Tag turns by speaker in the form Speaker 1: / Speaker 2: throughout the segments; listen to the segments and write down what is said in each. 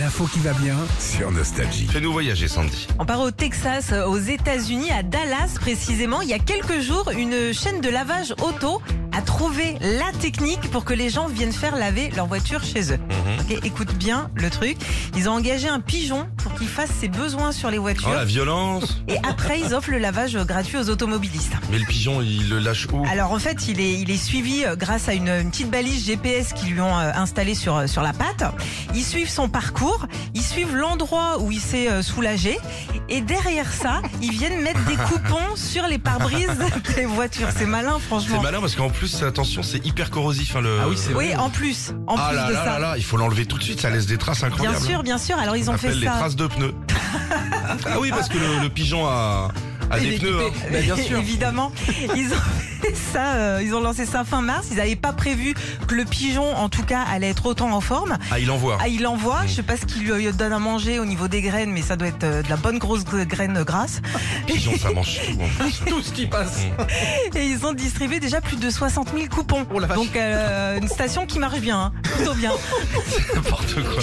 Speaker 1: l'info qui va bien.
Speaker 2: sur Nostalgie.
Speaker 3: Fais-nous voyager, Sandy.
Speaker 4: On part au Texas, euh, aux États-Unis, à Dallas précisément. Il y a quelques jours, une chaîne de lavage auto a trouvé la technique pour que les gens viennent faire laver leur voiture chez eux.
Speaker 3: Mhm.
Speaker 4: Ok, écoute bien le truc. Ils ont engagé un pigeon pour qu'il fasse ses besoins sur les
Speaker 3: Oh,
Speaker 4: voitures.
Speaker 3: la violence
Speaker 4: Et après, ils offrent le lavage gratuit aux automobilistes.
Speaker 3: Mais le pigeon, il le lâche où
Speaker 4: Alors en fait, il est, il est suivi euh, grâce à une, une petite balise GPS qu'ils lui ont euh, installée sur, euh, sur la patte. Ils suivent son parcours, ils suivent l'endroit où il s'est euh, soulagé. Et derrière ça, ils viennent mettre des coupons sur les pare-brises des voitures. C'est malin,
Speaker 3: C'est
Speaker 4: franchement.
Speaker 3: malin parce qu'en plus, attention, c'est hyper corrosif. hein, le...
Speaker 1: Ah oui, c'est
Speaker 4: Oui, en plus, en
Speaker 3: Ah
Speaker 4: plus
Speaker 3: là
Speaker 4: de
Speaker 3: là
Speaker 4: ça.
Speaker 3: là là, il faut l'enlever tout de suite, ça laisse des traces
Speaker 4: Bien
Speaker 3: incroyables.
Speaker 4: sûr, bien sûr. Alors ils
Speaker 3: On
Speaker 4: ont fait
Speaker 3: appelle les
Speaker 4: ça.
Speaker 3: traces de pneus. ah oui, parce que le, le pigeon a, a
Speaker 1: Il
Speaker 3: des
Speaker 1: est
Speaker 3: pneus.
Speaker 1: équipé.
Speaker 3: hein.
Speaker 1: Bah, bien sûr.
Speaker 4: Évidemment, ils ont fait ça. euh, ils ont lancé ça fin mars. Ils n'avaient pas prévu que le pigeon, en tout cas, allait être autant en forme.
Speaker 3: Ah, il envoie.
Speaker 4: Ah, il envoie, je sais pas ce qu'il lui donne à manger au niveau des graines, mais ça doit être euh, de la bonne grosse gr- graine grasse.
Speaker 3: Pigeon, ça mange tout. en plus. Mmh.
Speaker 1: Tout ce qui passe.
Speaker 4: Et ils ont distribué déjà plus de 60 000 coupons.
Speaker 1: Oh la vache.
Speaker 4: Donc euh, une station qui marche bien, hein. plutôt bien.
Speaker 3: N'importe quoi.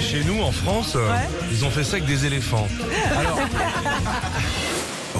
Speaker 3: Chez nous, en France, euh,
Speaker 4: Ouais.
Speaker 3: ils ont fait ça avec des éléphants.